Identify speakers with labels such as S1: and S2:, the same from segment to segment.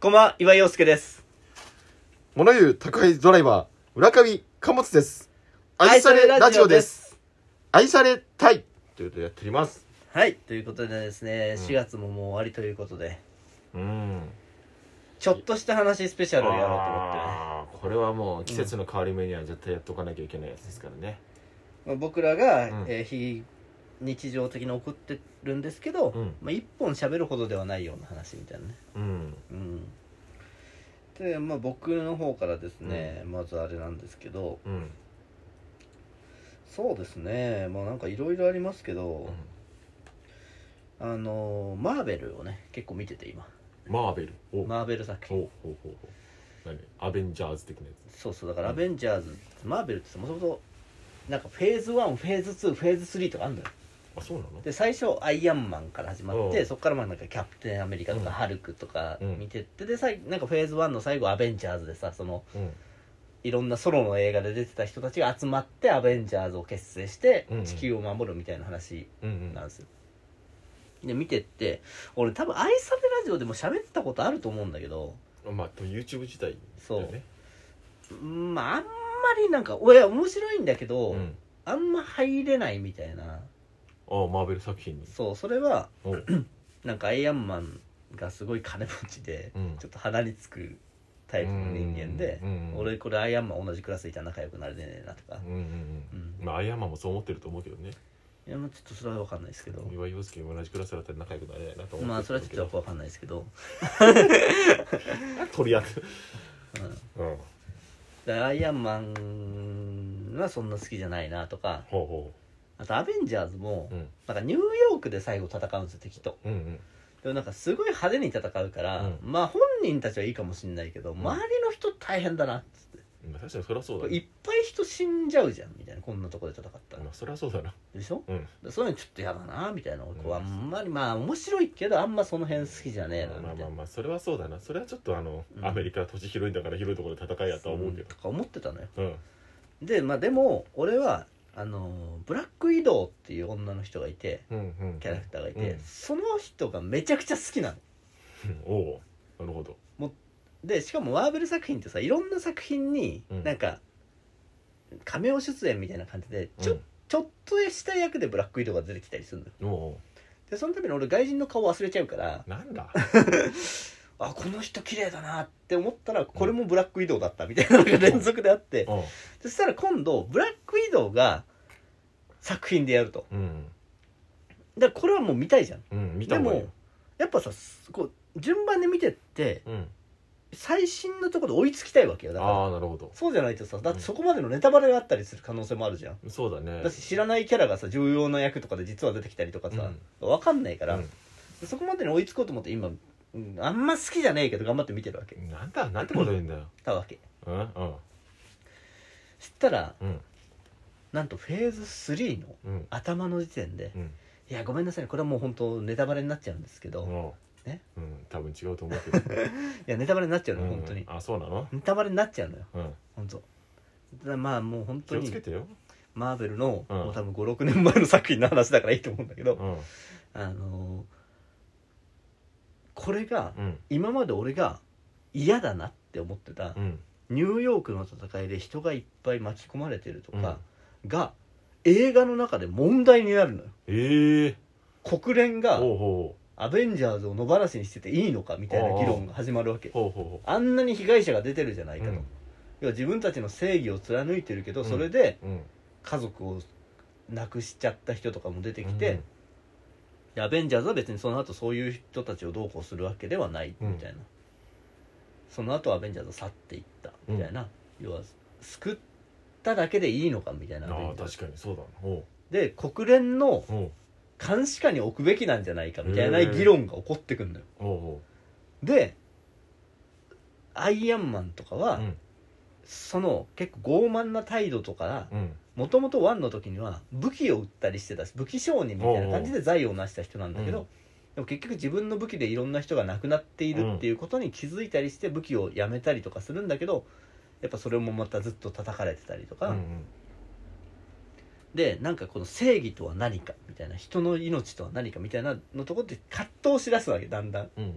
S1: こんばんは、岩井陽介です。
S2: モノユー宅配ドライバー、村上貨物です。愛
S1: 愛
S2: さ
S1: さ
S2: れ
S1: れ
S2: ラ
S1: ラ
S2: ジ
S1: ジ
S2: オ
S1: オ
S2: で
S1: ですす。
S2: 愛されたいということでやっております。
S1: はい、ということでですね、
S2: うん
S1: 4月ももう終わりということで、
S2: うん。
S1: ちょっとした話スペシャルをやろうと思ってね。
S2: あーこれはもう季節の変わり目には絶対やっとかなきゃいけないやつですからね。
S1: まあ、僕らが、
S2: うん
S1: えー非日常的に送ってるんですけど、
S2: うん
S1: まあ、一本喋るほどではないような話みたいなね。
S2: うん。
S1: うん。で、まあ僕の方からですね、まずあれなんですけど、
S2: うん。
S1: そうですね、まあなんかいろいろありますけど、あのーマーベルをね、結構見てて今。
S2: マーベル。お
S1: マーベル作
S2: お
S1: 品。
S2: おおお何アベンジャーズ的なや
S1: そうそう、だからアベンジャーズ、マーベルってもともと、なんかフェーズ1、フェーズ2、フェーズ3とかあるのよ。
S2: つ。あ、そうなの
S1: で最初アイアンマンから始まっ
S2: う
S1: て
S2: ん
S1: そこからまあなんかキャプテンアメリカと
S2: うん
S1: かハルクとか
S2: うん
S1: 見てってでさいなんかフェーズ1の最後アベンジャーズでさその
S2: うん。
S1: いろんなソロの映画で出てた人たちが集まってアベンジャーズを結成して
S2: うんうん
S1: 地球を守るみたいな話
S2: うんう
S1: なん
S2: ん。
S1: ですよで見てって俺多分「愛されラジオ」でも喋ってたことあると思うんだけど
S2: まあ、YouTube 自体だ
S1: そ
S2: よ
S1: う
S2: ね。
S1: うんまああんまりなんか俺面白いんだけど、
S2: うん。
S1: あんま入れないみたいな
S2: ああ、マーベル作品に。
S1: そうそれは
S2: おう
S1: なんかアイアンマンがすごい金持ちで
S2: うん
S1: ちょっと鼻につくタイプの人間で
S2: うんうんうん
S1: 俺これアイアンマン同じクラスいたら仲良くなれねえなとか
S2: うんうん
S1: う
S2: うんん。まあ、アイアンマンもそう思ってると思うけどね。
S1: いやまあちょっとそれは分かんないですけど
S2: 岩井陽介も同じクラスだったら仲良くなれないなと思って
S1: まあそれはちょっとよく分かんないですけど
S2: とりあえず
S1: うん
S2: うん
S1: だからアイアンマンはそんな好きじゃないなとか
S2: ほうほ
S1: あとアベンジャーズも
S2: ううん
S1: なんかニューヨークで最後戦うんですよ敵と
S2: うんうん
S1: でもなんかすごい派手に戦うから、
S2: うん
S1: まあ本人たちはいいかもしんないけど、
S2: ん
S1: 周りの人大変だなっつって
S2: まあ確かにそりゃそう
S1: こ
S2: だ
S1: れい
S2: ね
S1: っぱい人死んじゃうじゃんみたいなこんなとこで戦ったら
S2: まあそりゃそうだな
S1: でしょ
S2: うん
S1: でそういうのちょっとやだなみたいなこ
S2: う
S1: うんあんまりまあ面白いけどあんまその辺好きじゃねえなみた
S2: まあまあ
S1: いな
S2: まあそれはそうだなそれはちょっとあの
S1: うん
S2: アメリカは土地広いんだから広いところで戦いやとは思うけど
S1: とか思ってたのよ
S2: うん
S1: でまあでも俺はあのーブラック移動っていう女の人がいて
S2: うんうん
S1: キャラクターがいて、
S2: うん
S1: その人がめちゃくちゃ好きなの
S2: うんおおなるほど
S1: でしかもワーベル作品ってさいろんな作品に
S2: うん
S1: なんか、仮名出演みたいな感じでちょ,、
S2: うん
S1: ちょっとした役でブラック移動が出てきたりするのよ
S2: おお
S1: でその度に俺外人の顔忘れちゃうから
S2: な んだ
S1: あこの人綺麗だなって思ったらこれもブラック移動だったみたいなのが連続であって
S2: おう
S1: そしたら今度ブラック移動が作品でやると
S2: うん
S1: だからこれはもう見たいじゃん
S2: うん見
S1: で
S2: た方がいい
S1: も
S2: よ
S1: やっぱさすこう順番で見てって
S2: うん
S1: 最新のところで追いつきたいわけよだから
S2: ああなるほど
S1: そうじゃないとさだってそこまでのネタバレがあったりする可能性もあるじゃん
S2: そうだね
S1: だし知らないキャラがさ重要な役とかで実は出てきたりとかさ、わかんないから、
S2: う
S1: そこまでに追いつこうと思って今うんあんま好きじゃねえけど頑張って見てるわけ
S2: んなんだなんてこと言うんだよ
S1: たわけ
S2: うんうん
S1: 知ったら
S2: うん
S1: なんとフェーズ3の
S2: うん
S1: 頭の時点で、
S2: うん
S1: いやごめんなさいねこれはもう本当ネタバレになっちゃうんですけど、い
S2: おう
S1: ね
S2: うん多分違うと思うけど
S1: やネタバレになっちゃうの、
S2: うん
S1: 本当に
S2: あそうなの
S1: ネタバレになっちゃうのよ
S2: うん
S1: 本当だからまあもう本
S2: 気
S1: 当
S2: をつけ
S1: に
S2: てよ
S1: マーベルの、
S2: うん
S1: もう多分56年前の作品の話だからいいと思うんだけど、
S2: うん
S1: あのーこれが
S2: うん
S1: 今まで俺が嫌だなって思ってた、
S2: うん
S1: ニューヨークの戦いで人がいっぱい巻き込まれてるとかが、映画の中で問題になるのよ
S2: ええ
S1: 国連
S2: ー、
S1: が
S2: ほうほ
S1: アベンジャーズを野放しにしてていいのかみたいな議論が始まるわけ
S2: うほうほ
S1: あんなに被害者が出てるじゃな
S2: う
S1: い
S2: ほ
S1: か
S2: う
S1: と、
S2: うん
S1: 要は自分たちの正義を貫いてるけど、
S2: うん
S1: それで
S2: うん
S1: 家族を亡くしちゃった人とかも出てきて、でアベンジャーズは別にその後そういう人たちをどうこうするわけではないみたいな、その後アベンジャーズは去っていったみたいな、要は救っただけでいいのかみたい
S2: うん
S1: な
S2: ああ確かにそうだなおう
S1: で国連の
S2: おう
S1: 監視下に置くべきなんじゃないかみたいな
S2: へー
S1: 議論が起こってくるのよ
S2: おうおう
S1: でアイアンマンとかは、
S2: うん
S1: その結構傲慢な態度とか
S2: うん
S1: もともと1の時には武器を売ったりしてたし武器商人みたいな感じで財を成した人なんだけど、
S2: うん
S1: でも結局自分の武器でいろんな人が亡くなっているっていうことに気づいたりして武器をやめたりとかするんだけどやっぱそれもまたずっと叩かれてたりと
S2: う
S1: か、
S2: ん
S1: でなんかこの正義とは何かみたいな人の命とは何かみたいなのところで葛藤しだすわけだんだん
S2: うんうん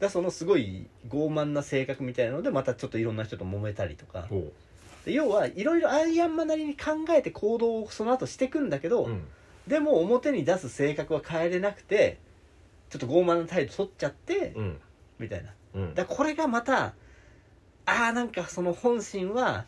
S1: だそのすごい傲慢な性格みたいなのでまたちょっといろんな人と揉めたりとか
S2: ほう
S1: で要はいろいろアイアンマンなりに考えて行動をその後していくんだけど、
S2: うん
S1: でも表に出す性格は変えれなくてちょっと傲慢な態度取っちゃって、
S2: うん
S1: みたいな
S2: うん
S1: だからこれがまたああなんかその本心は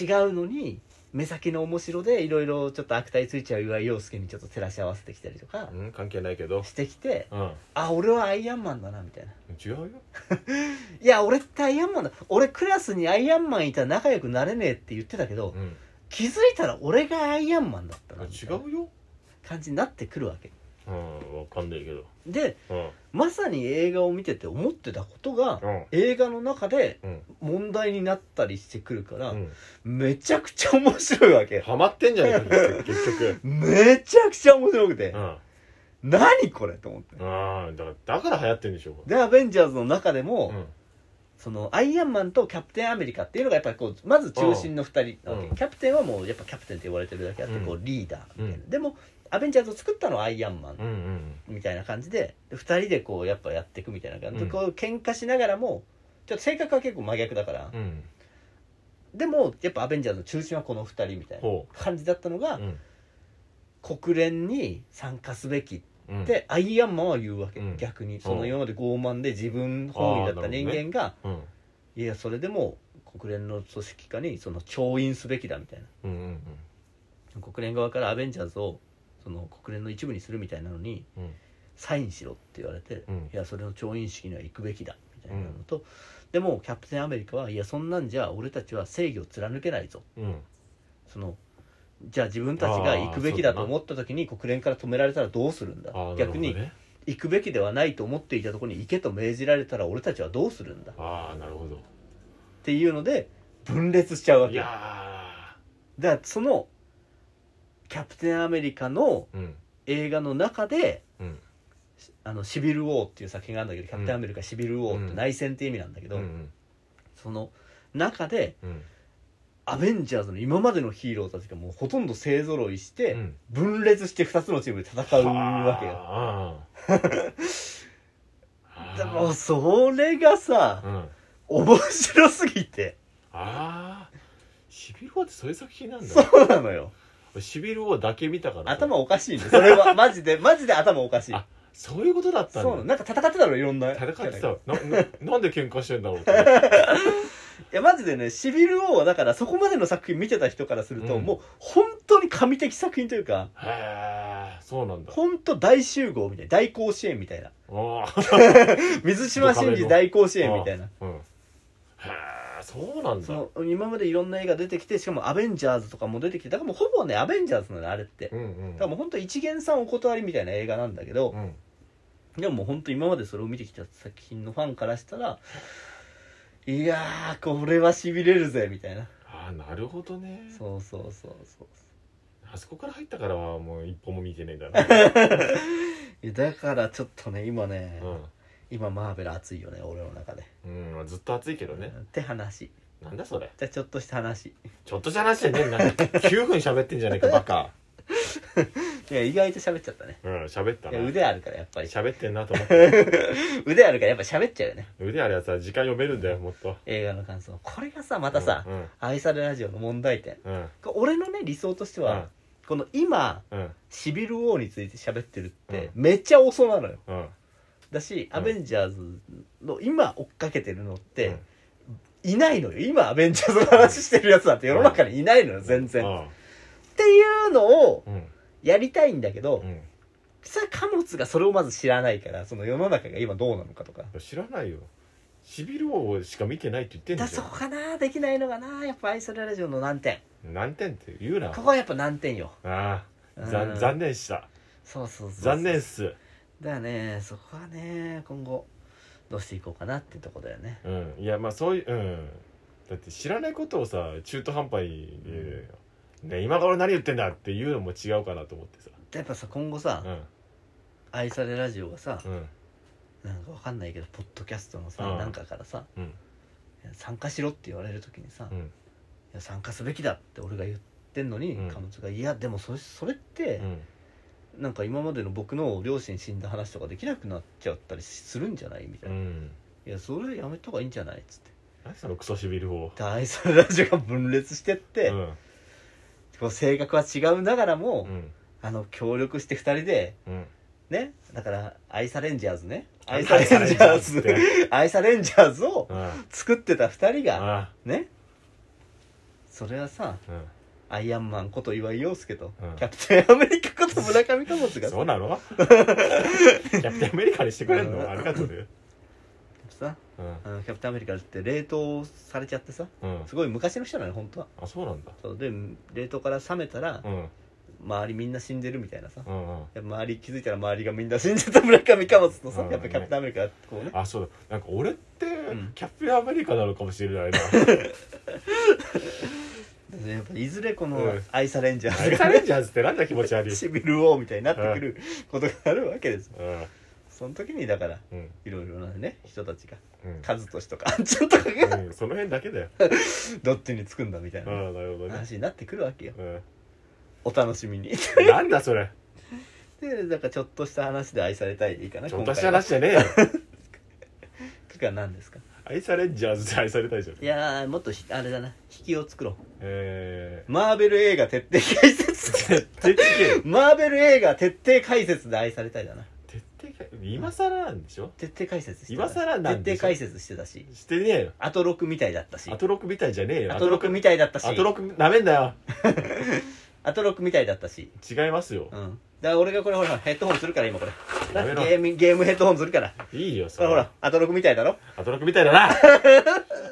S1: 違うのに目先の面白でいろいろちょっと悪態ついちゃう岩井陽介にちょっと照らし合わせてきたりとか
S2: うん関係ないけど
S1: してきて
S2: うん
S1: あ俺はアイアンマンだなみたいな
S2: 違うよ
S1: いや俺ってアイアンマンだ俺クラスにアイアンマンいたら仲良くなれねえって言ってたけど
S2: うん
S1: 気づいたら俺がアイアンマンだったなみたい
S2: 違
S1: な
S2: うよ
S1: 感じになってくるわけ
S2: うんわかんないけど
S1: で
S2: うん
S1: まさに映画を見てて思ってたことが
S2: うん
S1: 映画の中で
S2: うん
S1: 問題になったりしてくるから、
S2: うん
S1: めちゃくちゃ面白いわけ
S2: ハマってんじゃねえか結 局
S1: めちゃくちゃ面白くて
S2: う、ん
S1: 何これと思って
S2: うんだからだから流行ってんでしょこ
S1: でアベンジャーズの中で
S2: れ
S1: も、
S2: うん
S1: そのアイアンマンとキャプテンアメリカっていうのがやっぱりこうまず中心の2人なわけ、
S2: うん
S1: キャプテンはもうやっぱキャプテンって言われてるだけあって、
S2: うん
S1: こうリーダーみたいな、
S2: う
S1: でもアベンジャーズを作ったのはアイアンマン
S2: うんうん
S1: みたいな感じでで2人でこうやっぱやっていくみたいな感じで、
S2: うん
S1: こう喧嘩しながらもちょっと性格は結構真逆だから、
S2: うん
S1: でもやっぱアベンジャーズの中心はこの2人みたいな
S2: ほ
S1: 感じだったの
S2: う
S1: が、
S2: うん
S1: 国連に参加すべき
S2: うん
S1: でアイアンマンは言うわけ、
S2: うん
S1: 逆にその今まで傲慢で自分本位だった人間が、
S2: うん
S1: いやそれでも国連の組織化にその調印すべきだみたい
S2: うんうん
S1: な国連側からアベンジャーズをその国連の一部にするみたいなのに
S2: うん
S1: サインしろって言われて、
S2: うん
S1: いやそれの調印式には行くべきだみたいなのと、でもキャプテンアメリカはいやそんなんじゃ俺たちは正義を貫けないぞ
S2: うん
S1: そのじゃあ自分たちが行くべきだと思った時に国連から止められたらどうするんだ
S2: ああ
S1: 逆に行くべきではないと思っていたところに行けと命じられたら俺たちはどうするんだっ
S2: ああなるほど
S1: ていうので分裂しちゃうわ
S2: い
S1: けだか
S2: や
S1: らそのキャプテンアメリカの
S2: ーうん
S1: 映画の中で
S2: うん
S1: あのシビル・ウォーっていう作品があるんだけど、キャプテンアメリカシビル・ウォーっ
S2: う
S1: て
S2: ん
S1: 内戦って意味なんだけど、
S2: うん
S1: その中で
S2: うん
S1: アベンジャーズの今までのヒーローたちがもうほとんど勢ぞろいし
S2: う
S1: て
S2: ん
S1: 分裂して2つのチームで戦うわけよ
S2: はあ
S1: でもそれがさ
S2: うん
S1: 面白すぎて
S2: ああシビル王ってそういう作品なん
S1: そ
S2: だ
S1: うなのよ
S2: 俺シビル王だけ見たから
S1: 頭おかしいねそれはマジでマジで頭おかしい
S2: あそういうことだった
S1: そうん
S2: だ
S1: なんか戦ってたろいろんな
S2: 戦って
S1: キャラが
S2: たなななんで喧嘩してんだろうと思って
S1: いやマジでねシビル王はだからそこまでの作品見てた人からすると、
S2: うん
S1: もう本当に神的作品というか
S2: へえそうなんだ
S1: 本当大集合みたいな大甲子園みたいな
S2: ああ
S1: 水島新司大甲子園みたいな
S2: うんへえそうなん
S1: そ
S2: だ
S1: の今までいろんな映画出てきてしかもアベンジャーズとかも出てきてだからもうほぼねアベンジャーズなのあれって
S2: う。んうん
S1: だからもう本当一元さんお断りみたいな映画なんだけど、
S2: うん
S1: でももう本当今までそれを見てきた作品のファンからしたらいやーこれはしびれるぜみたいな
S2: ああなるほどね
S1: そうそうそうそう
S2: あそこから入ったからはもう一本も見てねえんだな
S1: いやだからちょっとね今ね、
S2: うん
S1: 今マーベル熱いよね俺の中で、
S2: うん、ずっと暑いけどね。
S1: って話
S2: なんだそれ。
S1: じゃあちょっとした話
S2: ちょっとじゃなしでねえな。9分喋ってんじゃねえか、バ カ。
S1: いや意外と喋っちゃったね
S2: うん、喋った
S1: い
S2: な
S1: や。腕あるからやっぱり
S2: 喋ってんなと思って。
S1: 腕あるからやっぱ喋っちゃうよね
S2: 腕あるやつは時間読めるんだよ、もっと。
S1: 映画の感想これがさま
S2: ま
S1: たさ、
S2: うん。
S1: 愛されラジオの問題点
S2: うん。
S1: 俺のね理想としては、この今
S2: うん。
S1: シビル王について喋ってるって、めっちゃ遅なのよ
S2: うん。
S1: だし、
S2: うん
S1: アベンジャーズの今追っかけてるのっ
S2: う
S1: て
S2: ん、
S1: いないのよ今アベンジャーズの話してるやつなんて世の中にいないのよ全然、っ
S2: あ
S1: ていうのを
S2: あうん。
S1: やりたいんだけど、
S2: うん。
S1: さ貨物がそれをまず知らないからその世の中が今どうなのかとか
S2: 知らないよ。シビル王しか見てないって言ってん
S1: だ
S2: じ
S1: そ
S2: ゃ
S1: こかなできないのがなやっぱ愛されラジオの難点
S2: ん。難点って言うな。
S1: ここはやっぱ難点よ
S2: ああ。ざ
S1: うん
S2: ん残念した。
S1: そうそうそうそう
S2: 残念っす。
S1: だよねそこはね今後どうしていこうかなってとこだよね
S2: うん。いや、まあそういう、うん。だって知らないことをさ、中途半端に、ね、今頃何言ってんだっていうのも違うかなと思ってさ。
S1: やっぱさ今後さ、
S2: うん。
S1: 愛されラジオがさ、
S2: うん。
S1: なんかわかんないけどポッドキャストのさ、
S2: うん
S1: なんかからさ
S2: うん。
S1: 参加しろって言われる時にさ、
S2: う
S1: い
S2: ん。
S1: や参加すべきだって俺が言ってんのに、
S2: うん
S1: 貨物が「いやでもそれそれって
S2: う、ん
S1: なんか今までの僕の両親死んだ話とかできなくなっちゃったりするんじゃないみたいうな、
S2: ん
S1: いやそれやめた方がいいんじゃないっつって
S2: 何そのクソシビル法
S1: 大佐のラジオが分裂してって、
S2: うん
S1: こう性格は違うながらも、
S2: うん
S1: あの協力して二人で
S2: うん
S1: ねだから愛さレンジャーズね
S2: 愛
S1: 愛
S2: さ
S1: さレ
S2: レン
S1: ン
S2: ジ
S1: ジ
S2: ャ
S1: ャ
S2: ー
S1: ー
S2: ズ
S1: ズ
S2: って
S1: 愛さレンジャーズを
S2: あ
S1: 作ってた二人が
S2: あ
S1: ねそれはさ
S2: うん
S1: アイアンマンこと岩井陽介と、
S2: うん
S1: キャプテンアメリカこと村上貨物が
S2: そうな のキャプテンアメリカにしてくれんのありがとうね
S1: さ
S2: うん
S1: あのキャプテンアメリカって冷凍されちゃってさ
S2: うん
S1: すごい昔の人なのよ本当は
S2: あそうなんだ
S1: そうで冷凍から冷めたら
S2: うん
S1: 周りみんな死んでるみたいなさ
S2: うんうん
S1: で周り気づいたら周りがみんな死んでた村上貨物とさ
S2: うん
S1: やっぱキャプテンアメリカってこうね
S2: あそうだなんか俺って
S1: ん
S2: キャプテンアメリカなのかもしれないな
S1: でやっぱいずれこ
S2: う
S1: の
S2: ん
S1: 愛さレンジャ
S2: ア
S1: ー
S2: イ
S1: ズ
S2: サ
S1: が
S2: レンジャーズってなんだ気持ち悪い
S1: シビル王みたいになってくることがあるわけですよ
S2: うん
S1: その時にだから
S2: うん
S1: いろいろなね人たちが
S2: うん
S1: カズトシとかあんちゃんとかが
S2: うんその辺だけ だよ
S1: どっちにつくんだみたい
S2: ああ
S1: な
S2: なるほどね
S1: 話になってくるわけよ
S2: うん
S1: お楽しみに
S2: なんだそれ
S1: でなんかちょっとした話で愛されたいでいいかな
S2: ちょっ
S1: 今回
S2: とした話じゃねえよ
S1: 時は何ですか
S2: アイサレンジャーズで愛されたいじゃん
S1: いやーもっとひあれだな引きを作ろ
S2: え
S1: うマーベル映画徹底解
S2: ー
S1: 説
S2: 徹底的に
S1: マーベル映画徹底解説で愛されたいだな
S2: 徹底的に今更なんでしょ
S1: 徹底解説してた
S2: 今更なん
S1: 徹
S2: でしょ
S1: 底解説してたし
S2: してねえよ
S1: アトロクみたいだったし
S2: アトロクみたいじゃねえよ
S1: アトロクみたいだったし
S2: アトロクなめんだよ
S1: アトロクみたいだったし
S2: 違いますよ
S1: うんだから俺がこれほらヘッドホンするから今これ
S2: やめろ
S1: ゲームゲームヘッドホンするから
S2: いいよそ
S1: ほ
S2: れ
S1: らほらアトロクみたいだろ
S2: アトロクみたい だな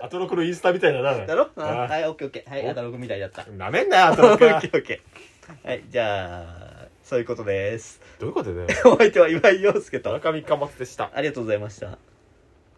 S2: アトロクのインスタみたいだな
S1: だろうん
S2: あ
S1: はいオッケーオッケーはい
S2: お
S1: アトロクみたいだった
S2: なめんなよアト
S1: オ
S2: ロ
S1: ッケー
S2: ク
S1: オッ
S2: は
S1: ケーはいじゃあそういうことです
S2: どういうことだよ
S1: お相手は岩井陽介と
S2: 村上貨物でした
S1: ありがとうございました